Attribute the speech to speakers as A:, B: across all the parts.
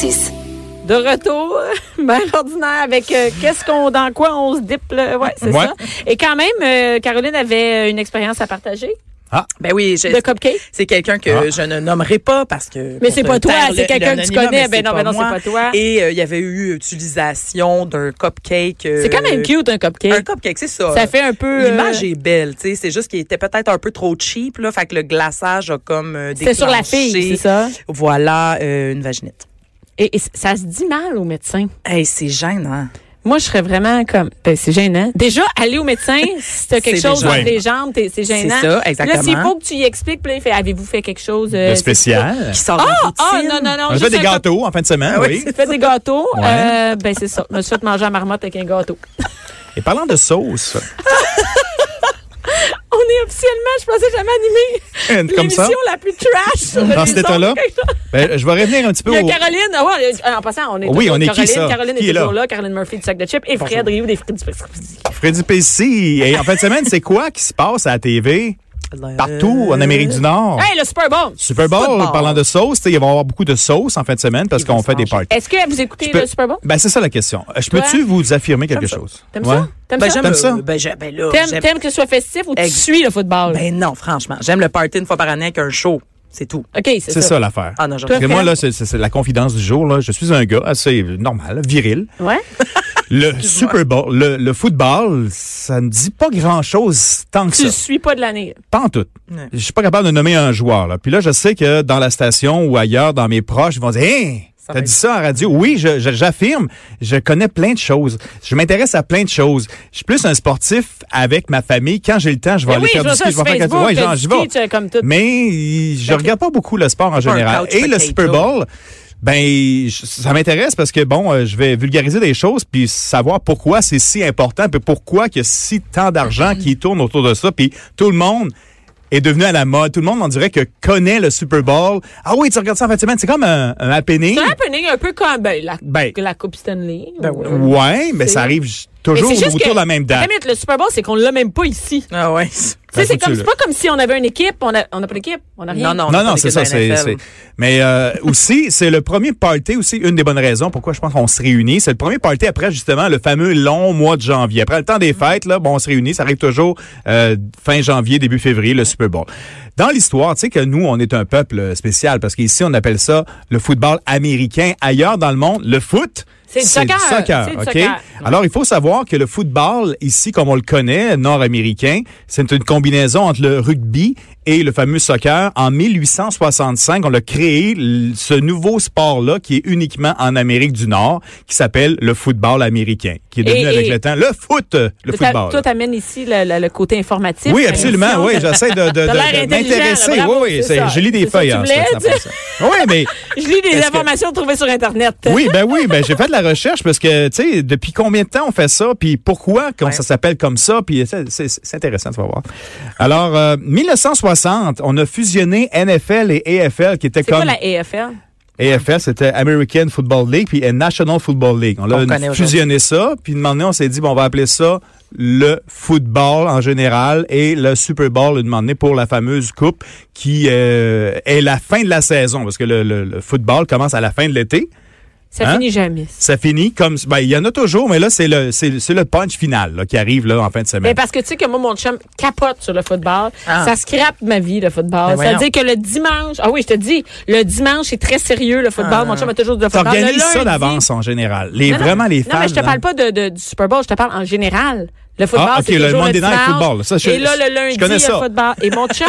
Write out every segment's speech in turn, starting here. A: justice.
B: De retour, mère ordinaire avec euh, qu'est-ce qu'on dans quoi on se dippe là. ouais, c'est
C: Ouais.
B: ça. Et quand même euh, Caroline avait euh, une expérience à partager
D: Ben oui, je-
B: de cupcake.
D: c'est quelqu'un que
C: Ah.
D: je ne nommerai pas parce que.
B: Mais
D: pour
B: c'est
D: te
B: pas toi,
D: taire
B: c'est
D: le-
B: quelqu'un que tu
D: l'anonymat,
B: connais.
D: mais
B: Ben non, ben non, c'est
D: moi.
B: pas toi.
D: Et euh, il y avait eu utilisation d'un cupcake. euh,
B: C'est quand même cute un cupcake.
D: Un cupcake, c'est ça.
B: ça fait un peu euh,
D: L'image est belle, tu sais, c'est juste qu'il était peut-être un peu trop cheap là, fait que le glaçage a comme euh,
B: C'est sur la
D: déclenché,
B: fille, c'est ça.
D: Voilà euh, une vaginette.
B: Et, et ça se dit mal au médecin.
D: Hey, c'est gênant. hein,
B: Moi, je serais vraiment comme, ben, c'est gênant. Déjà, aller au médecin, si t'as quelque
D: C'est
B: chose
C: déjà-
B: entre les jambes, t'es- c'est gênant.
D: C'est ça, exactement.
B: Là, s'il faut que tu y expliques, puis là, il fait, avez-vous fait quelque chose euh,
C: Le
B: c'est-
C: spécial.
D: Qui sort de la
B: Ah, ah,
D: routine.
B: non, non, non.
C: On a fait
B: juste
C: des
B: un Ah
C: gâteaux en fin de semaine, oui.
B: J'ai fait des gâteaux.
C: Ouais.
B: Euh, ben, c'est ça. Je me suis fait manger à marmotte avec un gâteau.
C: Et parlant de sauce,
B: On est officiellement, je pensais jamais
C: Une
B: animer
C: comme ça.
B: l'émission la plus trash. sur les
C: Dans cet
B: ondes.
C: état-là? ben, je vais revenir un petit peu
B: Il y a
C: au...
B: Caroline. Ah ouais, il y a- en passant, on est
C: Oui,
B: toujours
C: on est qui,
B: Caroline.
C: ça?
B: Caroline
C: Qui
B: est
C: est là?
B: toujours là. Caroline Murphy du sac de chips et Fred Rioux des frites du
C: Freddy Pessi. Et en fin de semaine, c'est quoi qui se passe à la TV
D: Euh,
C: partout en Amérique du Nord?
B: Euh, Hey, le Super Bowl!
C: Super Bowl,
D: Football.
C: parlant de sauce, tu sais, il va y avoir beaucoup de sauce en fin de semaine parce
D: Il va
C: qu'on
D: se
C: fait des
D: manger.
C: parties.
B: Est-ce que vous écoutez
C: Je peux-
B: le Super Bowl?
C: Ben, c'est ça la question. Je
B: Toi?
C: peux-tu vous affirmer quelque
D: T'aimes ça?
C: chose?
B: T'aimes
C: Ouais.
B: ça? T'aimes
D: Ben,
B: ça?
D: j'aime
C: T'aimes ça?
D: euh, Ben, j'ai- ben là,
B: T'aimes,
D: j'aime-
B: t'aimes que ce soit festif ou tu
D: Ex-
B: suis le football?
D: Ben non, franchement, j'aime le party une fois par année avec un show, c'est tout.
B: OK, c'est,
C: C'est ça l'affaire.
D: Ah non, j'en
C: Parce que
B: Toi,
C: moi,
B: Fred?
C: là, c'est- c'est c'est la confidence du jour. Là. Je suis un gars assez normal, viril.
B: Ouais?
C: Le Super Bowl, le, le football, ça ne dit pas grand-chose tant que
B: Tu
C: ça.
B: le suis pas de Ben l'année.
C: Pas en tout.
D: Ouais.
C: Je suis pas capable de nommer un joueur. Là. Puis là, je sais que dans la station ou ailleurs, dans mes proches, ils vont dire Hey,
D: Ça
C: t'as
D: va
C: dit
D: être-
C: ça à radio. Oui, je- je- j'affirme. Je, connais plein de choses. Je m'intéresse à plein de choses. Je suis plus un sportif avec ma famille. Quand j'ai le temps, je vais
B: Ben
C: aller
B: oui,
C: faire
B: je
C: du
B: vois
C: ski.
B: ça
C: je vais
B: sur
C: faire quatre-
B: Facebook,
C: Ouais,
B: t'as
C: j'en-
B: du
C: j'y
B: ski,
C: vais.
B: tu as comme tout.
C: Mais euh, je
D: Ok.
C: regarde pas beaucoup le sport en général.
D: couch
C: Et le
D: potato.
C: Super Bowl, ben, je- ça m'intéresse parce que bon, euh, je vais vulgariser des choses puis savoir pourquoi c'est si important puis pourquoi qu'il y a si tant
B: Mm-hmm.
C: d'argent qui tourne autour de ça puis tout le monde est devenu à la mode. Tout le monde, on dirait que connaît le Super Bowl. Ah oui, tu regardes ça en fin de semaine, c'est comme un, un happening.
B: C'est un happening un peu comme ben, la,
C: Ben.
B: la Coupe Stanley. ou-
C: Ouais, mais
B: C'est-
C: ça arrive j-
B: Mais
C: toujours
B: c'est juste
C: autour
B: que-
C: de la même
B: Attends
C: date. Ben,
B: une minute, le Super Bowl, c'est qu'on l'a même pas ici.
D: Ah ouais.
B: Tu sais, c'est
C: foutu,
B: comme,
C: là.
B: c'est pas comme si on avait une équipe, on a, on a pas d'équipe, on a rien.
D: Non, non, on
C: Non,
D: a pas
C: non,
D: d'équipe
C: c'est ça.
D: de la
C: c'est-
D: NFL.
C: c'est- Mais euh, aussi, c'est le premier party, aussi, une des bonnes raisons pourquoi je pense qu'on se réunit. C'est le premier party après, justement, le fameux long mois de janvier. Après le temps des
B: Mm-hmm.
C: fêtes, là, bon, on se réunit. Ça arrive toujours euh, fin janvier, début février, le Super Bowl. Dans l'histoire, tu sais que nous, on est un peuple euh, spécial parce qu'ici, on appelle ça le football américain. Ailleurs dans le monde, le foot,
B: C'est du soccer. C'est du
C: OK?
B: soccer.
C: Alors, il faut savoir que le football, ici, comme on le connaît, nord-américain, c'est une combinaison entre le rugby et le fameux soccer. En 1865, on a créé l- ce nouveau sport-là qui est uniquement en Amérique du Nord, qui s'appelle le football américain, qui est devenu
B: Et-
C: avec
B: et-
C: le temps le foot, le
B: Toi,
C: football.
B: Toi, t'amènes ici le, le- le côté informatif.
C: Oui,
B: la
C: absolument.
B: mission.
C: Oui, j'essaie de, de- de-
B: l'air
C: de
B: intelligent,
C: m'intéresser.
B: là, bravo,
C: oui, oui,
B: c'est
C: c'est-
B: ça.
C: je lis des
B: C'est ça
C: feuilles.
B: que tu
C: en
B: voulais
C: fait,
B: dire?
C: ça. Oui, mais
B: Je lis des
C: Est-ce que-
B: informations trouvées sur Internet.
C: Oui, ben oui, ben j'ai fait de la recherche parce que, tu sais, depuis combien de temps on fait ça, puis pourquoi qu'on
D: Ouais.
C: ça s'appelle comme ça, puis c'est- c'est c'est intéressant, tu vas voir. Alors, euh, 1960, on a fusionné NFL et AFL, qui étaient
B: C'est quoi
C: comme...
B: la AFL?
C: AFL, c'était American Football League, puis National Football League. On
D: Qu'on
C: a
D: connaît aujourd'hui.
C: fusionné ça, puis demandé, on s'est dit, bon, on va appeler ça le football en général et le Super Bowl, une demandé pour la fameuse coupe qui euh, est la fin de la saison, parce que le, le- le football commence à la fin de l'été.
B: Ça
C: Hein?
B: finit jamais. ça.
C: Ça finit comme ben il y en a toujours mais là c'est le c'est c'est le punch final là, qui arrive là en fin de
B: Ben,
C: semaine.
B: parce que tu sais que moi, mon chum capote sur le football.
D: Ah.
B: Ça scrape ma vie, le football.
D: Ben
B: Ça veut dire
D: voyons.
B: que le dimanche, ah oui, je te dis, le dimanche, c'est très sérieux, le football.
D: Ah.
B: Mon chum a toujours du football.
C: T'organises
B: Le
C: ça
B: lundi-
C: d'avance en général. Les
B: Non, non.
C: vraiment les fans.
B: Non, mais je te
C: là.
B: parle pas de, de- du Super Bowl, je te parle en général. Le football,
C: Ah, ok,
B: c'est
C: le
B: toujours
C: Monday
B: le
C: Night
B: dimanche.
C: Football, ça, je-
B: Et là,
C: je-
B: le lundi,
C: je connais
B: le
C: ça.
B: football. Et mon chum,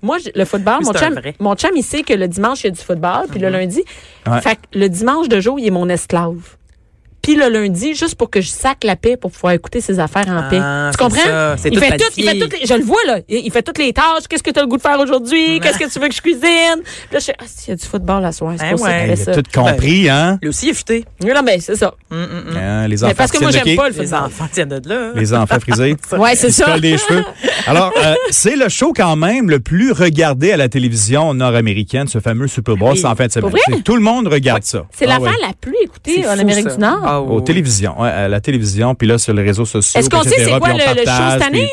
B: moi, je- le football,
D: Lui,
B: mon
D: c'est un
B: chum,
D: vrai.
B: mon chum, il sait que le dimanche, il y a du football, puis le lundi.
C: Mhm. Ouais.
B: Fait que le dimanche de jour, il est mon esclave. Puis le lundi, juste pour que je sac la paix pour pouvoir écouter ses affaires en
D: Ah,
B: paix. Tu
D: c'est
B: comprends?
D: ça, c'est
B: il,
D: tout
B: fait tout, il fait
D: planifié.
B: toutes les- je le vois, là. Il, il fait toutes les tâches. Qu'est-ce que tu as le goût de faire aujourd'hui? Qu'est-ce que tu veux que je cuisine? Puis là, je sais, ah, s'il y a du football la soirée, c'est
D: Ben
B: pour ça
D: ouais.
B: qu'il
C: Hey,
B: fait
C: il
B: ça.
C: a eh, tout compris hein.
D: Lui aussi est futé.
B: Non, non, ben, c'est ça.
C: Hein, les
B: Mais
C: enfants
B: parce que moi,
C: tiennent le
B: j'aime
C: kick.
B: pas le
D: Les
B: football.
D: enfants tiennent de là. hein.
C: les enfants frisés.
B: Ouais, c'est
C: Ils
B: ça.
C: se collent des cheveux. Alors, euh, c'est le show quand même le plus regardé à la télévision nord-américaine, ce fameux Super Bowl,
D: Oui.
C: c'est en fin de semaine.
B: Pour vrai?
C: C'est- Tout le monde regarde ça.
B: C'est
C: Ah
B: l'affaire
C: ouais.
B: la plus écoutée
D: C'est
B: en
D: fou,
B: Amérique
D: ça.
B: euh, du Nord.
D: Ah,
C: Aux
D: oui.
C: télévisions, ouais, à la télévision, puis là sur les réseaux sociaux.
B: Est-ce qu'on sait
C: etc.,
B: c'est quoi
C: puis on
B: le, le show
C: partage,
B: cette
C: puis-
B: année?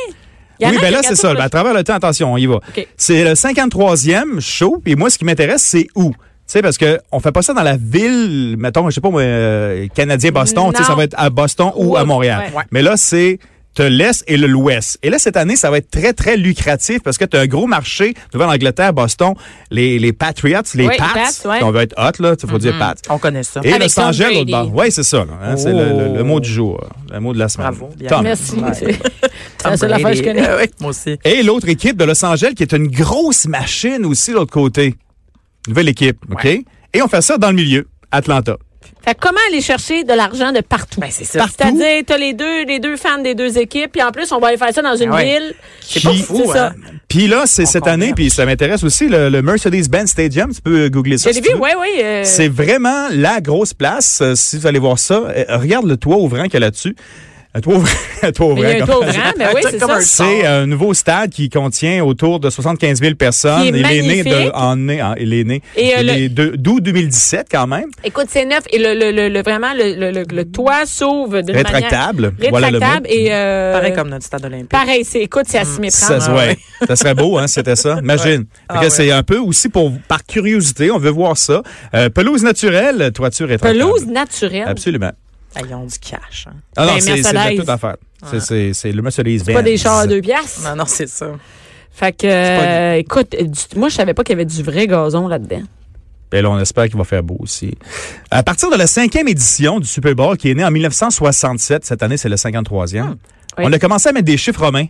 B: Il y en
C: oui,
B: a
C: ben
B: qui
C: là,
B: regardent
C: c'est ça.
B: le-
C: Ben, à travers le temps, attention, on y va.
B: OK.
C: C'est le 53e show. Et moi, ce qui m'intéresse, c'est où. sais, parce que on fait pas ça dans la ville, mettons, je sais pas, moi, euh, Canadien-Boston, tu sais,
B: Non.
C: ça va être à Boston ou,
B: Ou-
C: à Montréal.
B: ouais.
C: Mais là, c'est te l'Est et le l'Ouest. Et là, cette année, ça va être très, très lucratif parce que tu as un gros marché. Nouvelle-Angleterre, Boston, les, les Patriots, les
B: Oui, les
C: Pats.
B: Pats, ouais. Mm-hmm.
C: On veut être hot, là. Il faut dire Pats.
D: On connaît ça.
C: Et
B: Avec
C: Los Angeles,
B: Tom
C: l'autre
B: Brady. Oh.
C: bord. Oui, c'est ça. là, hein, C'est le, le- le mot du jour, le mot de la semaine.
D: Bravo, bien.
C: Tom.
B: Merci.
D: Ouais.
B: C'est c'est la seule affaire que je connais.
D: oui, moi
B: Euh,
D: aussi.
C: Et l'autre équipe de Los Angeles qui est une grosse machine aussi de l'autre côté. Nouvelle équipe, OK? Et on fait ça dans le milieu, Atlanta.
B: Fait que comment aller chercher de l'argent de partout?
D: Ben, c'est ça.
C: Partout.
B: C'est-à-dire, t'as les deux, les deux fans des deux équipes, puis en plus, on va aller faire ça dans une
D: Ah ouais.
B: ville.
D: C'est pas
C: Qui-
D: fou,
B: c'est ça.
D: hein?
C: Puis là, c'est
D: On
C: cette
D: comprend.
C: année, puis ça m'intéresse aussi, le, le Mercedes-Benz Stadium, tu peux euh, googler ça.
B: J'ai
C: si
B: vu,
C: tu veux.
B: oui, oui. euh,
C: C'est vraiment la grosse place. Euh, si vous allez voir ça, euh, regarde le toit ouvrant qu'il y a là-dessus. Un toit ouvrant. un
B: Mais
C: toit
B: il y a un
C: ouvrant,
B: toit
C: hein, comme-
B: ouvrant, mais oui, c'est
D: Comme
B: ça.
D: un
C: C'est euh, un nouveau stade qui contient autour de 75 000 personnes.
B: Qui est
C: il est né de,
B: magnifique.
C: en, en- il est né
B: Et, euh,
C: il
B: le-
C: est de- d'août 2017 quand même.
B: Écoute, c'est neuf. Et le, le, le, le- vraiment, le, le, le, le toit s'ouvre de
C: Rétractable.
B: Manière...
C: Voilà le mot.
B: Rétractable. et, euh,
D: Pareil comme notre stade olympique.
B: Pareil, c'est, écoute, c'est à s'y
C: Ça,
B: méprendre.
C: se- ouais. ça serait beau, hein, si c'était ça. Imagine. Fait que
D: Ah ouais.
C: C'est un peu aussi pour, par curiosité, on veut voir ça. Euh, pelouse naturelle, toiture rétractable.
B: Pelouse naturelle.
C: Absolument.
D: Ah, Ils ont du cash. hein.
C: Ah non,
B: Ben,
C: c'est c'est de
B: Mercedes. Ah.
C: toute affaire. C'est- C'est c'est le Mercedes-Benz.
B: Pas des chars à deux piastres.
D: Non, non, c'est ça.
B: Fait que, euh, écoute, euh, du- moi, je savais pas qu'il y avait du vrai gazon là-dedans.
C: Ben là, on espère qu'il va faire beau aussi. À partir de la cinquième édition du Super Bowl, qui est né en 1967, cette année, c'est le 53e,
B: Hmm. Oui.
C: on a commencé à mettre des chiffres romains.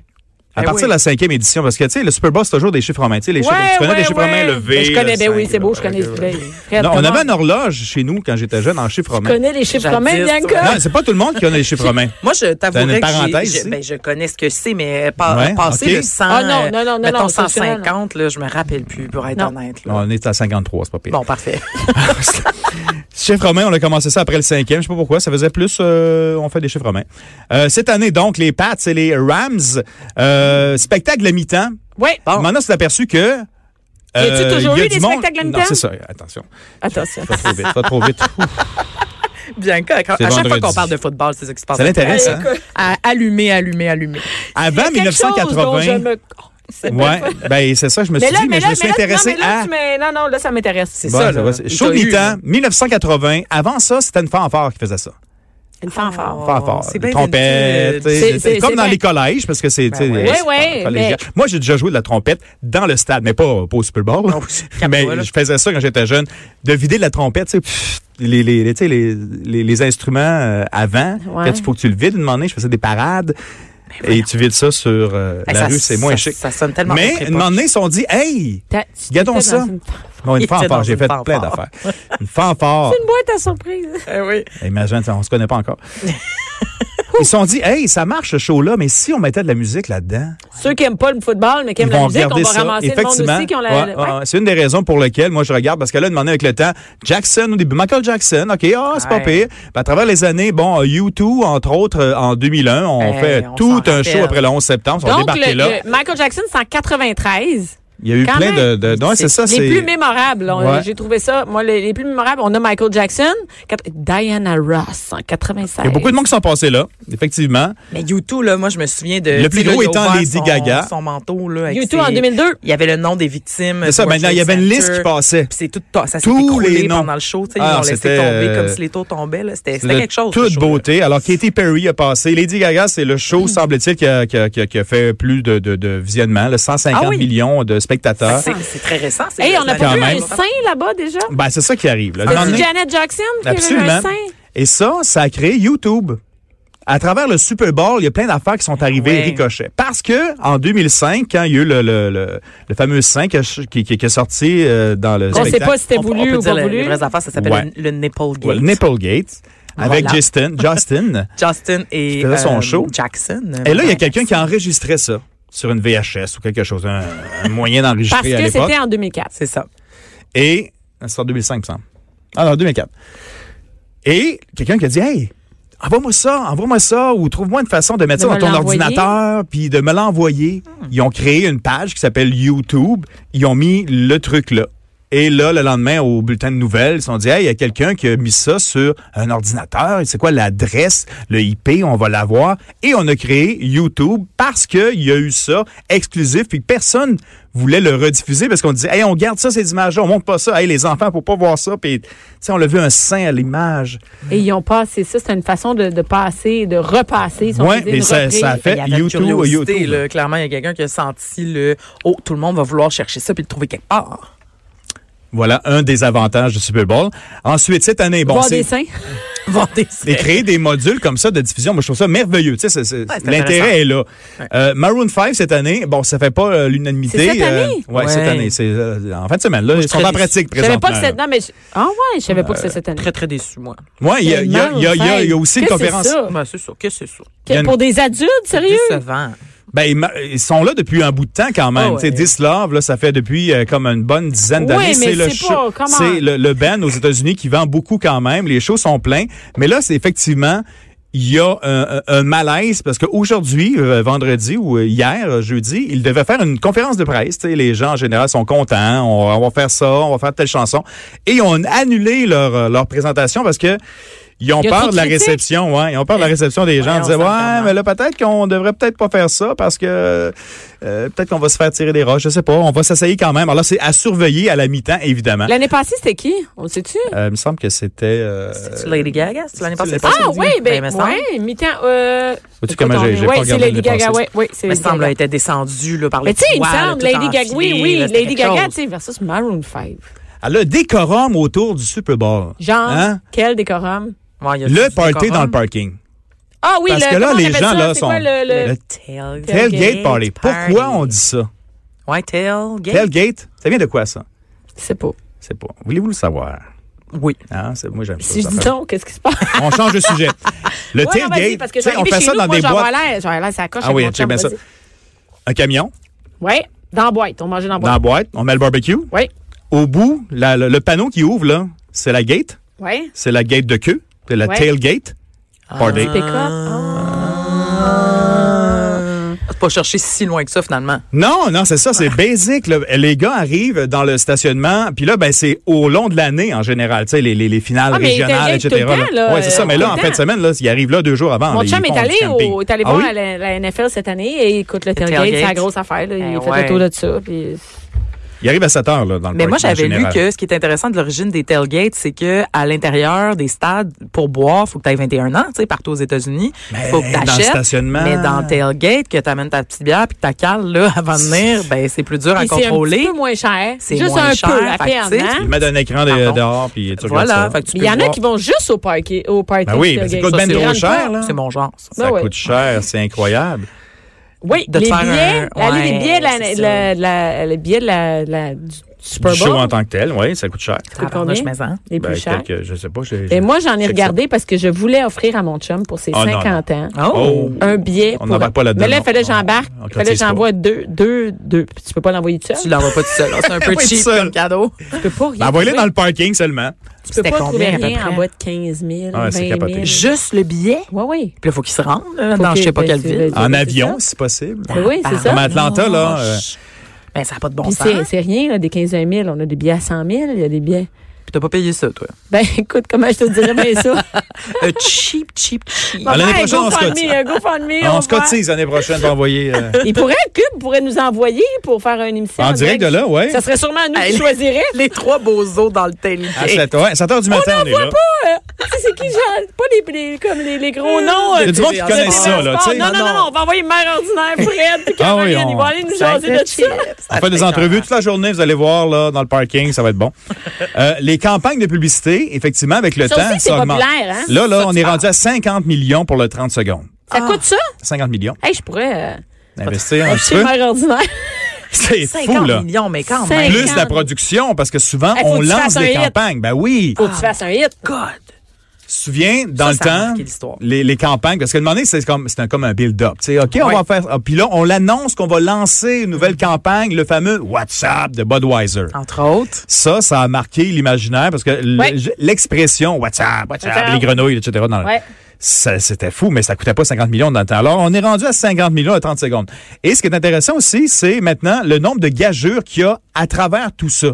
C: À
D: Eh
C: partir
D: oui.
C: de la cinquième édition, parce que, tu sais, le Super Bowl, c'est toujours des chiffres romains. Tu sais, les chiffres, tu connais les chiffres romains, le V.
B: Ben, Je connais,
C: le
B: ben oui,
C: 5,
B: c'est beau,
C: le-
B: je connais.
C: ok,
B: ben,
C: ouais.
B: Fred,
C: Non, on
B: comment-
C: avait une horloge chez nous quand j'étais jeune en chiffres
B: Tu
C: romains.
B: connais les chiffres
D: Jadis,
B: romains,
D: toi.
B: Bianca?
C: Non, c'est pas tout le monde qui connaît les chiffres romains.
D: Moi, je
C: T'as
D: t'avouerais
C: une
D: que j'ai-
C: parenthèse,
D: j'ai-
C: si?
D: ben, je connais ce que c'est, mais euh, pa-
C: Ouais,
D: passer
C: ok.
D: le 100,
B: Ah, non, non, non, non,
D: mettons
B: non, c'est sûr,
D: 150, là, je me rappelle plus, pour être
B: Non.
D: honnête. là.
C: On est à 53, c'est pas pire.
D: Bon, parfait.
C: Chiffres romains, on a commencé ça après le cinquième. Je sais pas pourquoi. Ça faisait plus. euh, on fait des chiffres romains. Euh, cette année, donc, les Pats et les Rams. euh, spectacle à mi-temps.
B: Oui.
D: Bon.
C: Maintenant, c'est aperçu que.
B: Ah.
C: euh,
B: Y a-tu toujours
C: il y a
B: eu
C: du
B: des
C: monde-
B: spectacles à
C: Non,
B: mi-temps?
C: c'est ça. Attention.
B: Attention.
C: Pas trop vite. Pas trop vite. Ouh,
D: Bien, à chaque fois
C: vendredi.
D: qu'on parle de football, c'est ça qui se passe.
C: ça l'intéresse, hein?
D: À allumer, allumer, allumer.
C: Avant
B: Quelque chose dont je
C: 1980.
B: me- Oh, c'est pas
C: Ouais, ben c'est ça, je me
B: Mais
C: suis
B: là,
C: dit,
B: mais
C: mais je
B: là,
C: me suis
B: mais là, tu-
C: intéressé
B: non, mais là,
C: à.
B: tu mets- Non, non, là, ça m'intéresse. C'est
D: ça,
C: Bon,
D: là.
C: va-
D: Il
C: Show
D: t'a
C: de
D: eu,
C: mi-temps,
D: là.
C: 1980. Avant ça, c'était une fanfare qui faisait ça. Ah.
B: une fanfare.
C: fanfare,
D: Oh, c'est bien
C: trompette.
D: vintage.
C: c'est-
B: C'est-
C: c'est
B: c'est-
C: comme
B: c'est
C: dans
B: bien.
C: les collèges, parce que c'est. tu sais,
D: Ben ouais.
C: les-
B: Ouais,
C: c'est
B: ouais,
C: pas collégial. Moi, j'ai déjà joué de la trompette dans le stade, mais pas, pas au Super Bowl.
D: Non, c'est quatre
C: mais
D: fois, là.
C: je faisais ça quand j'étais jeune. De vider de la trompette, tu sais, pff, les, les, les, tu sais, les, les, les instruments euh, avant,
B: Ouais.
C: quand il faut que tu le vides, une moment je faisais des parades. Et tu vides ça sur euh,
D: Ben,
C: la
D: ça-
C: rue, c'est moins
D: ça-
C: chic.
D: ça sonne tellement
C: Mais
D: notre
C: un moment
D: époque.
C: donné, ils se sont dit, hey,
B: T'as- tu
C: Gardons
B: t'étais
C: ça.
B: dans Une...
C: bon,
D: Il
C: une
D: était dans
C: fanfare, j'ai
D: une
C: fait
D: fanfare.
C: plein d'affaires. Une fanfare.
B: Une boîte à surprise.
D: Eh oui.
C: Imagine, on se connaît pas encore. Ils se sont dit, hey, ça marche ce show-là, mais si on mettait de la musique là-dedans,
B: Ceux qui aiment pas le football, mais qui
C: ils
B: aiment
C: vont
B: la musique, on
C: regarder
B: va
C: ça.
B: ramasser le monde
C: Effectivement,
B: aussi qui ont la.
C: Ouais,
B: ouais.
C: ouais, c'est une des raisons pour lesquelles moi je regarde parce que là, demander avec le temps, Jackson au début, Michael Jackson, ok, ah c'est pas
D: Ouais.
C: pire. Puis à travers les années, bon, euh, U2 entre autres euh, en 2001, on
B: Eh,
D: Hey,
C: fait
D: on
C: tout
D: s'en
C: un
D: rappelle.
C: show après le 11 septembre, on
B: Donc,
C: débarqué
B: le-
C: là.
B: le Michael Jackson, c'est en 93.
C: Il y a eu
B: quand
C: plein de,
B: même,
C: de- non, c'est ça,
B: Les plus
C: c'est
B: mémorables. on-
C: Ouais.
B: J'ai trouvé ça. Moi, les, les plus mémorables, on a Michael Jackson, quatre- Diana Ross en 96.
C: il y a beaucoup de monde qui sont passés là, effectivement.
D: Mais YouTube, là, moi, je me souviens de.
C: Le plus
D: tu sais, là,
C: gros
D: il a
C: étant
D: ouvert
C: Lady
D: son-
C: Gaga.
D: Son manteau, là. avec
B: YouTube
D: ses-
B: en 2002.
D: Il y avait le nom des victimes.
C: C'est ça,
D: du World
C: maintenant, il y
D: Trade
C: avait une liste
D: Center.
C: qui passait.
D: Puis c'est tout, ta- ça s'est
C: Tous
D: écroulé
C: les noms.
D: pendant le show. tu sais,
C: Ah,
D: ils ont laissé
C: c'était,
D: tomber
C: euh,
D: comme si les taux tombaient. là. C'était c'était
C: de
D: quelque chose.
C: Toute
D: ce show-là.
C: beauté. Alors, Katy Perry a passé. Lady Gaga, c'est le
D: Mm.
C: show, semble-t-il, qui a, qui a- qui a- qui a fait plus de, de, de visionnement, là, 150
D: Ah oui.
C: millions de spectateurs.
D: C'est c'est très récent. c'est
B: Hey,
D: le-
B: on n'a
D: la-
B: pas
C: Quand
B: vu
C: même.
B: un sein là-bas déjà?
C: Ben, c'est ça qui arrive. là.
B: C'est
C: Dans-
B: Janet Jackson qui avait un
C: Absolument.
B: sein?
C: Et ça, ça a créé YouTube. À travers le Super Bowl, il y a plein d'affaires qui sont arrivées
D: Ouais.
C: ricochet. Parce que en 2005, quand il y a eu le, le, le, le fameux 5 qui, qui, qui est sorti euh, dans le
B: On sait
C: spectacle,
B: pas si c'était
D: on peut-
B: voulu
D: on peut
B: ou
D: dire
B: pas
D: le- Les
B: voulu.
D: vraies affaires, ça s'appelle
C: Ouais.
D: le, le Nipple
C: Ouais,
D: Gate.
C: le Nipplegate avec
D: Voilà.
C: Justin. Justin.
D: Justin et
C: Qui faisait son show.
D: Jackson.
C: Et là, il y a quelqu'un qui enregistrait ça sur une VHS ou quelque chose, un, un moyen
B: Parce
C: d'enregistrer à
B: que
C: l'époque.
B: c'était en 2004.
D: C'est ça.
C: Et c'est en 2005, me semble. Ah non, 2004. Et quelqu'un qui a dit, hey, envoie-moi ça, envoie-moi ça, ou trouve-moi une façon de mettre
B: De
C: ça
B: me
C: dans ton
B: l'envoyer.
C: ordinateur, puis de me
B: Hmm.
C: l'envoyer. Ils ont créé une page qui s'appelle YouTube. Ils ont mis le truc là. Et là, le lendemain, au bulletin de nouvelles, ils se sont dit, hey, il y a quelqu'un qui a mis ça sur un ordinateur. C'est quoi l'adresse, le IP, on va l'avoir. Et on a créé YouTube parce qu'il y a eu ça exclusif, puis que personne voulait le rediffuser parce qu'on disait, hey, on garde ça, ces images-là, on montre pas ça. Hey, les enfants, faut pas voir ça. Puis, tu sais, on l'a vu un sein à l'image.
B: Et ils ont passé ça. C'était une façon de, de passer, de repasser. si on
C: Ouais,
B: faisait
C: mais
B: une
C: ça,
B: reprise.
C: ça a fait
D: Il y avait une
C: YouTube.
D: curiosité,
C: YouTube.
D: là. Clairement, il y a quelqu'un qui a senti le « Oh, tout le monde va vouloir chercher ça puis le trouver quelque part
C: Voilà un des avantages du Super Bowl. Ensuite, cette année, bon,
B: Voir
C: c'est
B: des seins. ».
D: Vendez
C: Et créer des modules comme ça de diffusion, moi je trouve ça merveilleux. Tu sais, c'est- c'est-
D: c'est intéressant.
C: L'intérêt est là. Euh, Maroon 5 cette année, bon, ça fait pas euh, l'unanimité.
B: C'est cette
C: euh,
B: année?
C: ouais,
D: Ouais.
C: cette année. C'est euh, en fin de semaine. Là, ils sont
D: serais
C: en pratique
B: Je savais
C: présentement.
B: pas que c'était. Non, mais. je- Ah ouais, je savais pas que c'était cette année.
D: Très, très déçu, moi.
C: Ouais, il y a, il y a- il y a- il y a- il y a aussi une
B: Qu'est-ce que c'est
C: conférence.
B: ça?
D: Ben, c'est ça. Qu'est-ce que c'est ça?
C: Il y a une-
B: Pour des adultes, Oh. sérieux?
D: Décevant.
C: Ben, ils, ma- ils sont là depuis un bout de temps quand même.
D: Ah ouais.
C: Tu sais, Dislav, là, ça fait depuis euh, comme une bonne dizaine
B: Oui,
C: d'années.
B: mais
C: le,
B: c'est
C: show-
B: pas- comment?
C: c'est le, le band aux États-Unis qui vend beaucoup quand même. Les shows sont pleins. Mais là, c'est effectivement, il y a un, un- un malaise parce qu'aujourd'hui, euh, vendredi ou euh, hier, euh, jeudi, ils devaient faire une conférence de presse. Tu sais, les gens en général sont contents. On, on va faire ça, on va faire telle chanson. Et ils ont annulé leur, euh, leur présentation parce que ils ont
B: Il y a trop
C: peur
B: de
C: de la
B: critiques.
C: réception, ouais. Ils ont peur de la réception des gens.
D: Voyons,
C: Ils disaient,
D: ça me
C: ouais,
D: fait
C: mais là, peut-être qu'on devrait peut-être pas faire ça parce que euh, peut-être qu'on va se faire tirer des roches. Je sais pas. On va s'essayer quand même. Alors là, c'est à surveiller à la mi-temps, évidemment.
B: L'année passée, c'était qui? On le sait-tu?
C: Euh, il me semble que c'était. euh,
D: C'est-tu Lady Gaga? C'est l'année passée?
C: c'est-
B: Ah oui, ben,
D: il me semble.
B: ouais, mi-temps. Euh,
C: Vois-tu comment j'ai- j'ai pas
B: ouais, c'est
C: regardé
B: Lady
C: l'année
B: Gaga,
C: passée?
B: ouais, ouais, c'est
D: Il me
B: Lady
D: semble, elle
B: Gaga.
D: était descendue, là, par le
B: Mais tu sais, il me
D: poil,
B: semble,
D: tout
B: Lady Gaga,
D: enfilé,
B: oui, oui,
D: là, c'était
B: Lady
D: quelque
B: Gaga,
D: chose.
B: tu sais, versus Maroon 5.
C: Elle a décorum autour du Super Bowl.
B: Genre,
C: Hein?
B: quel décorum?
D: Ouais, il y a
C: Le
D: du
C: party
D: décorum.
C: dans le parking.
B: Ah oui,
C: Parce
B: le,
C: que là,
B: comment on
C: les
B: appelle
C: gens,
B: ça?
C: là,
B: C'est
C: sont.
B: quoi le- le-
C: le
D: Tailgate,
C: tailgate party. Pourquoi on dit ça?
D: Ouais, tailgate.
C: Tailgate, ça vient de quoi, ça?
B: C'est pas.
C: C'est pas. Voulez-vous le savoir?
D: Oui.
C: Hein? C'est- Moi, j'aime ça.
B: Si je
C: ça
B: dis
C: fait-
B: non, qu'est-ce qui se passe?
C: On change de sujet. Le
B: Ouais, non, vas-y,
C: tailgate,
B: parce que
C: tu sais,
B: je
C: on
B: vais
C: fait
B: chez
C: ça
B: nous,
C: dans
B: moi,
C: des
B: j'en
C: boîtes.
B: l'air, j'aurais l'air, ça coche.
C: Ah oui, check bien ça. Un camion,
B: Oui, dans la boîte, on mangeait dans la
C: dans la
B: boîte.
C: boîte, on met le barbecue.
B: Oui,
C: Au bout, la- le, le panneau qui ouvre, là, c'est la gate.
B: oui.
C: C'est la gate de queue. C'est la
B: Ouais. Ah.
C: tailgate. Party.
B: Pick-up. Ah.
C: Euh,
D: C'est pas chercher si loin que ça, finalement.
C: Non, non, c'est ça, c'est basic. là. Les gars arrivent dans le stationnement, puis là, ben, c'est au long de l'année en général, tu sais, les, les, les finales
B: Ah, mais ils
C: régionales,
B: tailgatent
C: etc.
B: tout le temps, là,
C: ouais, c'est ça,
B: euh,
C: mais
B: tout
C: là,
B: le
C: en
B: temps.
C: fin de semaine, là, ils arrivent là deux jours avant.
B: Mon
C: là,
B: chum
C: ils
B: est
C: font
B: allé,
C: du camping.
B: au, est allé
C: Ah
B: voir
C: oui?
B: la, la NFL cette année et écoute, le tailgate,
D: tailgate.
B: c'est la grosse affaire. là. Il
D: Eh
B: a fait
D: ouais.
B: le tour de ça. Puis...
C: Ils arrivent à 7 heures, là, dans le
D: Mais moi,
C: parking, en
D: j'avais lu
C: général.
D: que ce qui est intéressant de l'origine des tailgates, c'est que à l'intérieur des stades, pour boire, faut que tu aies 21 ans, tu sais, partout aux États-Unis.
C: Mais
D: faut que
C: dans le
D: t'achètes,
C: stationnement.
B: Ah.
D: Mais dans le tailgate, que tu amènes ta petite bière puis que tu cales là, avant de venir, ben, c'est plus dur à
B: Puis c'est un petit
D: contrôler.
B: peu moins cher.
D: C'est
B: Juste
D: moins
B: un
D: cher,
B: peu, à
D: fait que,
B: peine.
D: tu sais,
B: hein?
C: Ils mettent un écran de-
D: Pardon.
C: dehors, puis tu regardes
D: Voilà.
C: ça.
D: Fait que tu
B: Mais
D: peux
B: il y en a
D: boire.
B: qui vont juste au parking. Au parking
C: Ben oui,
B: du
C: mais ça
B: tailgate.
C: coûte
D: Ça,
C: ben
D: c'est
C: trop
D: mon-
C: cher, là.
D: C'est mon genre, ça.
C: Ça
B: Ah ouais.
C: coûte cher, c'est incroyable.
B: Oui,
D: de te
B: les
D: faire
B: billets,
D: un-
B: allez, les
D: ouais,
B: billets, de la,
D: c'est
B: de
D: ça.
B: la, de la- les billets de la, la- du du Super
C: Du
B: Bowl,
C: show en tant que tel, oui, ça coûte cher.
B: coûte
D: Tabarnouche,
B: combien?
D: mais hein? en.
B: les plus
C: Ben,
B: chers.
C: quelques- je sais pas. j'ai-
B: Et moi, j'en ai
C: check
B: regardé parce que je voulais offrir à mon chum pour ses
C: Ah, non,
B: 50 ans
D: Oh!
B: un billet.
C: On
B: pour-
C: n'embarque pas là-dedans,
B: Mais là, il
C: non.
B: fallait que
C: On-
B: j'embarque.
C: on
B: Il fallait que
C: cotise
B: j'envoie deux, deux, deux. Puis Tu peux pas l'envoyer tout
D: Tu
B: seul.
D: l'envoies pas tout seul. hein. C'est un peu
C: Pas tout
D: cheap
C: seul.
D: comme cadeau.
B: Tu peux pas rien.
C: ça. Ben, Envoyez-les
B: trouver.
C: dans le parking seulement.
B: Tu peux
D: C'était
B: pas trouver
D: combien, à peu
B: rien en
D: près?
B: bas de 15 000,
C: Ah,
B: 20
C: c'est
B: 000.
C: capoté.
D: Juste le billet?
B: Oui, oui.
D: Puis là, faut qu'il se rende là,
B: Faut
D: dans je
B: qu'il-
D: sais pas
B: ben,
D: quelle
B: c'est-
D: ville.
B: ben,
C: En
B: c'est
C: avion,
B: ça.
C: si possible.
B: Ben oui, c'est ça.
C: Comme à Atlanta, là. euh,
D: Mais Ben, ça n'a pas de bon
B: Puis
D: sens.
B: c'est
D: Puis
B: c'est rien, là, des 15 000. On a des billets à 100 000. Il y a des billets.
D: t'as pas payé ça, toi.
B: Ben, écoute, comment je te dirais bien ça?
D: Euh, cheap, cheap, cheap.
C: Ah, l'année
B: Hey,
C: prochaine, on se
B: GoFundMe, euh, GoFundMe,
C: Ah, on
B: on
C: se
B: va-
C: cotise l'année prochaine pour envoyer. euh,
B: Il pourrait, Cube pourrait nous envoyer pour faire une émission.
C: en direct de là, oui.
B: Ça serait sûrement nous
D: Hey,
B: qui choisirait.
D: Les trois beaux os dans le
C: À
D: tailgate.
C: 7 ouais, 7 heures du matin, on, est là.
B: Euh, tu sais, c'est qui, genre, pas les, les- comme les, les gros noms. euh,
C: Il y a du monde qui
B: de
C: connaît
B: TVA
C: ça, là,
B: Sport.
C: tu sais.
B: Non, non, non, non, on va envoyer Mère Ordinaire, Fred, puis
C: Ah oui,
B: Caroline,
C: on-
B: ils vont aller nous jaser de ça.
C: On fait des entrevues toute la journée, vous allez voir, là, dans le parking, ça va être bon. Euh, les campagnes de publicité, effectivement, avec le
B: Ça
C: temps,
B: aussi, c'est
C: ça augmente.
B: populaire, hein?
C: Là, là,
D: Ça,
C: on
D: tu
C: est
D: parles.
C: rendu à 50 millions pour le 30 secondes.
B: Ça coûte ça?
C: 50 millions.
B: Hey, je pourrais euh,
C: Investir un petit
B: acheter
C: peu.
B: Mère Ordinaire.
C: C'est fou,
D: 50
C: là.
D: millions, mais quand
B: Cinq.
D: même.
C: Plus la production, parce que souvent,
B: Hey, faut
C: on
B: que tu
C: lance
B: fasses un
C: des
B: hit.
C: campagnes. Ben oui.
B: Faut que tu fasses un hit.
D: God.
C: souviens, dans
D: Ça, ça a
C: le
D: marqué
C: temps,
D: l'histoire.
C: les, les campagnes, parce que demander, c'est comme, c'est un- comme un build-up. Tu sais, OK, on
D: Ouais.
C: va faire. ah, Puis là, on l'annonce qu'on va lancer une nouvelle campagne, le fameux WhatsApp de Budweiser.
D: Entre autres.
C: Ça, ça a marqué l'imaginaire parce que le-
B: Ouais.
C: je- l'expression WhatsApp, WhatsApp,
B: WhatsApp.
C: les grenouilles, etc. dans le-
B: Ouais.
C: ça, c'était fou, mais ça coûtait pas 50 millions dans le temps. Alors, on est rendu à 50 millions à 30 secondes. Et ce qui est intéressant aussi, c'est maintenant le nombre de gageures qu'il y a à travers tout ça.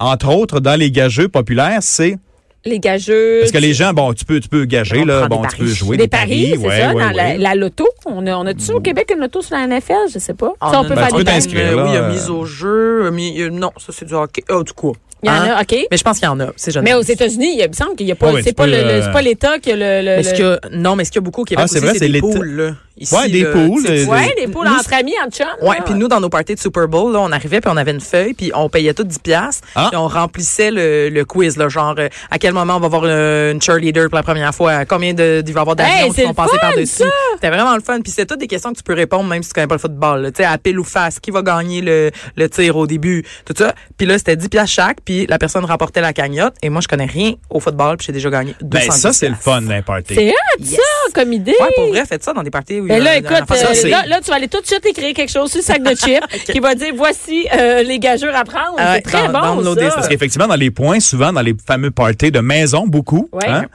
C: entre autres, dans les gageux populaires, c'est
B: Les gageux.
C: parce que les gens, bon, tu peux, tu peux gager,
D: On
C: là,
D: prend des
C: bon, tu peux
D: paris.
C: jouer
B: des paris, c'est
C: ouais,
B: ça,
C: ouais,
B: dans la,
C: ouais.
B: la loto. On a, on a toujours au Québec une loto sur la NFL, je sais pas.
D: On
B: ça,
D: a
B: on peut
D: une-
C: Ben,
B: faire
C: tu
B: des
C: peux
B: paris.
C: t'inscrire,
D: Euh,
C: là.
D: Oui, il y a mise au jeu. euh, mi- euh, non, ça, c'est du hockey. Ah, du coup.
B: Il y en a, OK.
D: Mais je pense qu'il y en a. C'est jeune.
B: Mais aux États-Unis, il me semble qu'il n'y a pas,
C: Ouais, ouais,
B: c'est
C: tu
B: pas,
C: peux,
B: le- le-
C: euh,
B: c'est pas l'État qui a le, le-
D: Mais est-ce
B: le-
D: qu'il y a- non, mais ce qu'il y a beaucoup au Québec
C: Ah,
D: aussi,
C: c'est vrai,
D: c'est
C: c'est l'été.
D: des poules. là. Ici,
C: Ouais, des
D: là,
C: poules,
D: tu sais,
C: euh,
D: tu-
B: Ouais, les poules
D: Nous,
B: entre amis, entre chums.
D: Ouais,
C: Ah.
B: là.
D: puis nous, dans nos parties de Super Bowl, là, on arrivait, puis on avait une feuille, puis on payait tout 10 piastres,
C: Ah.
D: puis on remplissait le, le quiz, là, genre euh, à quel moment on va voir euh, une cheerleader pour la première fois, combien de, il va y avoir
B: Hey,
D: d'avions
B: c'est
D: qui sont
B: le
D: passés
B: fun,
D: par-dessus.
B: ça!
D: C'était vraiment le fun, puis c'est toutes des questions que tu peux répondre même si tu connais pas le football, là. tu sais, à pile ou face, qui va gagner le, le tir au début, tout ça. Puis là, c'était 10 piastres chaque, puis la personne remportait la cagnotte, et moi, je connais rien au football, puis j'ai déjà gagné 200
C: Ben, ça, c'est le fun d'un party.
B: C'est hot, ça, comme idée.
D: Ouais, pour vrai, faites ça dans des parties où il y a
B: Mais
C: Ben
B: là,
D: un- un
B: écoute,
D: enfant- Ça,
B: euh,
D: c'est-
B: là, là, tu vas aller tout de suite écrire quelque chose sur le sac de chips qui va dire voici euh, les gageurs à prendre.
D: Ah ouais,
B: c'est très bon.
D: dans- dans
B: ça.
D: nos
C: Parce qu'effectivement, dans les points, souvent, dans les fameux parties de maison, beaucoup,
B: Ouais.
C: hein,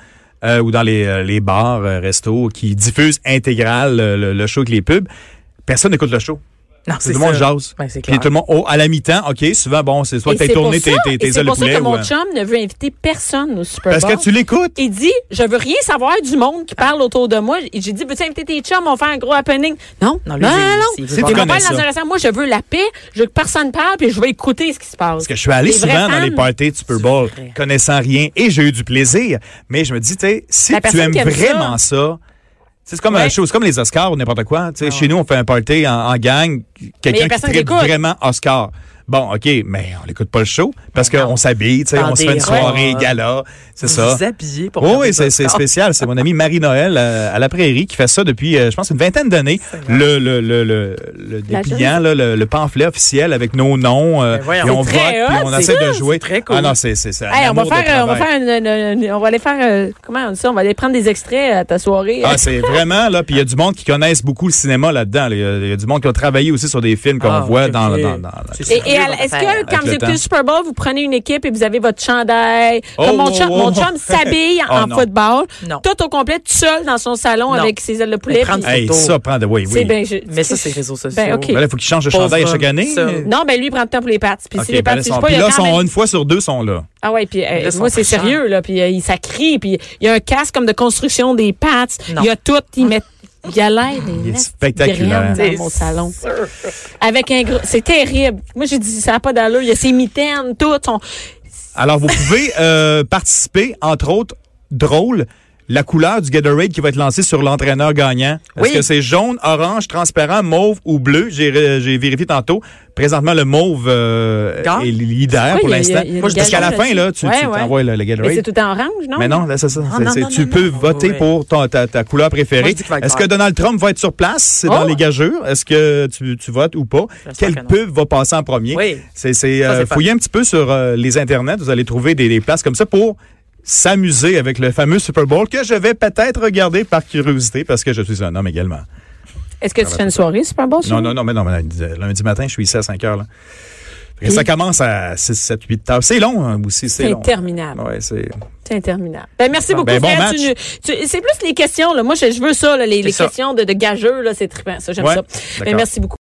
C: euh, ou dans les, euh, les bars, euh, restos, qui diffusent intégral euh, le, le show avec les pubs, personne n'écoute le show.
D: Non,
C: Tout le monde
D: ça.
C: jase.
D: Ouais,
C: Puis
D: c'est clair.
C: tout le monde, oh, à la mi-temps, OK, souvent, bon, c'est soit
B: Et
C: que t'as
B: c'est pour
C: tourné
B: ça-
C: tes, tes,
B: et
C: tes
B: C'est
C: ailes de
B: pour ça
C: poulet
B: que
C: ou...
B: mon
C: euh,
B: chum ne veut inviter personne au Super Bowl.
C: Parce que tu l'écoutes.
B: Il dit, je veux rien savoir du monde qui parle autour de moi. J'ai dit, veux-tu inviter tes chums, on va faire un gros happening? Non, non,
D: Non, lui,
B: non, non.
D: c'est- c'est-
C: C'est
B: T'es
C: tu
B: pas
C: connais
B: dans
C: ça.
B: un restaurant. Moi, je veux la paix, je veux que personne parle, puis je veux écouter ce qui se passe.
C: Parce que je suis allé
B: Les vrais
C: souvent dans
B: fans,
C: les parties de Super Bowl,
D: C'est vrai.
C: connaissant rien, et j'ai eu du plaisir. Mais je me dis, tu sais, si
B: La
C: tu
B: personne
C: aimes
B: qui aime ça.
C: vraiment ça, tu sais, c'est comme
B: Ouais. Ah
C: un show, c'est comme les Oscars ou n'importe quoi. Tu sais, Chez nous, on fait un party en, en gang, quelqu'un qui
B: personne qui
C: traite
B: écoute.
C: vraiment Oscar. Bon, OK, mais on n'écoute pas le show parce
D: Ben non.
C: qu'on s'habille, tu sais,
D: Dans
C: on se
D: des
C: fait une soirée
D: robes.
C: gala, c'est
D: Vous
C: ça.
D: vous habillez pour
C: Oui,
D: faire
C: oui,
D: des
C: c'est c'est
D: podcasts.
C: spécial. C'est mon ami Marie-Noël euh, à la Prairie qui fait ça depuis, euh, je pense, une vingtaine d'années. Le, le, le, le, le
B: La
C: dépliant, là, le, le pamphlet officiel avec nos noms. euh,
D: Ben voyons.
C: et on vote,
B: C'est très
C: puis
B: hot,
C: on
B: c'est
C: essaie de
D: ça,
C: jouer.
D: c'est très cool.
C: Ah non, c'est c'est c'est un
B: Hey, on, va
C: amour de
B: faire, euh, on va
C: travail.
B: faire une, une- une- on va aller faire euh, comment on dit ça on va aller prendre des extraits à ta soirée
C: Ah, c'est vraiment, là, puis il y a du monde qui connaissent beaucoup le cinéma là-dedans. là. Il y a- il y, a du monde qui a travaillé aussi sur des films qu'on
D: Ah,
C: voit
D: ok.
C: dans, dans, dans, dans-
D: C'est
B: Et,
D: sûr.
B: et à- est-ce que quand
C: Avec
B: vous
C: le
B: écoutez
C: temps.
B: le Super Bowl, vous prenez une équipe et vous avez votre chandail?
C: Oh,
B: Comme mon
C: oh,
B: chum,
C: oh,
B: mon
C: oh.
B: chum s'habille
C: Oh,
B: en
C: non.
B: football,
D: Non.
B: tout au complet, tout seul dans son salon
D: Non.
B: avec ses ailes de
D: Mais
B: poulet.
D: prendre-
B: puis-
C: Hey,
D: photos.
C: ça prend de. Oui,
B: C'est
C: oui.
B: bien, je-
D: Mais ça, c'est réseaux sociaux.
B: Ben, OK.
C: Ben là, il faut qu'ils changent de
D: Pauvre
C: chandail
D: homme,
C: chaque année.
D: ça.
C: mais-
B: Non, ben lui, il prend tout le temps pour les pattes. Puis
C: OK,
B: si les
C: ben là,
B: pattes,
C: ils
B: c'est
C: sont-
B: pas, il
C: puis
B: y a
C: là,
B: quand
C: sont-
B: même-
C: une fois sur deux, sont là.
B: Ah ouais, puis euh,
D: là, ils
B: moi,
D: sont
B: c'est
D: très chers.
B: sérieux, là. Puis euh, il- ça crie, puis il y a un casque comme de construction des pattes.
D: Non.
B: Il y a tout, il met... Il y a l'air des
C: est
B: nasties
C: spectaculaire.
B: graines dans mon salon. Avec un gros... C'est terrible. Moi, j'ai dit, ça n'a pas d'allure. Il y a ses mitaines, tout. son-
C: Alors, vous pouvez euh, participer, entre autres, drôle, la couleur du Gatorade qui va être lancée sur l'entraîneur gagnant. Est-ce
D: Oui.
C: que c'est jaune, orange, transparent, mauve ou bleu? J'ai euh, j'ai vérifié tantôt. Présentement, le mauve euh,
D: Gagne.
C: est leader
B: Ouais,
C: pour
B: il y a- il y a-
C: l'instant.
B: il y a
C: Parce
B: du
C: qu'à la
B: Gatorade
C: fin, là,
B: là-dessus.
C: tu, tu
B: Ouais, ouais.
C: t'envoies le, le Gatorade.
B: Mais c'est tout en orange, non?
C: Mais non, là, c'est ça. C'est-
D: non,
C: c'est-
D: non,
C: tu
D: non,
C: peux
D: non.
C: voter
D: Ouais.
C: pour ton- ta, ta couleur
D: Moi,
C: préférée.
D: je dis qu'il va être
C: Est-ce que
D: vert.
C: Donald Trump va être sur place? C'est dans
B: Oh!
C: les gageurs. Est-ce que tu, tu votes ou pas?
D: J'espère
C: Quel
D: que non.
C: pub va passer en premier?
D: Oui.
C: C'est, c'est,
D: Ça,
C: euh,
D: c'est fun.
C: fouillez un petit peu sur euh, les internets. Vous allez trouver des, des places comme ça pour s'amuser avec le fameux Super Bowl que je vais peut-être regarder par curiosité parce que je suis un homme également.
B: Est-ce que tu fais une soirée super bon?
C: Non, non, non, mais non, mais lundi, euh, lundi matin, je suis ici à 5 heures. Là. Fait que Ça commence à 6, 7, 8 heures. C'est long hein, aussi, c'est,
B: C'est
C: long.
B: interminable.
C: Ouais, c'est...
B: C'est interminable. Ben, merci beaucoup,
C: Ben, bon
B: Fred.
C: match.
B: Tu nous- tu- c'est plus les questions. Là. Moi, je, je veux ça, là, les, les
D: ça.
B: questions de, de gageux. là, C'est trippant. Ça, j'aime
C: Ouais,
B: ça. Ben,
C: d'accord.
B: merci beaucoup.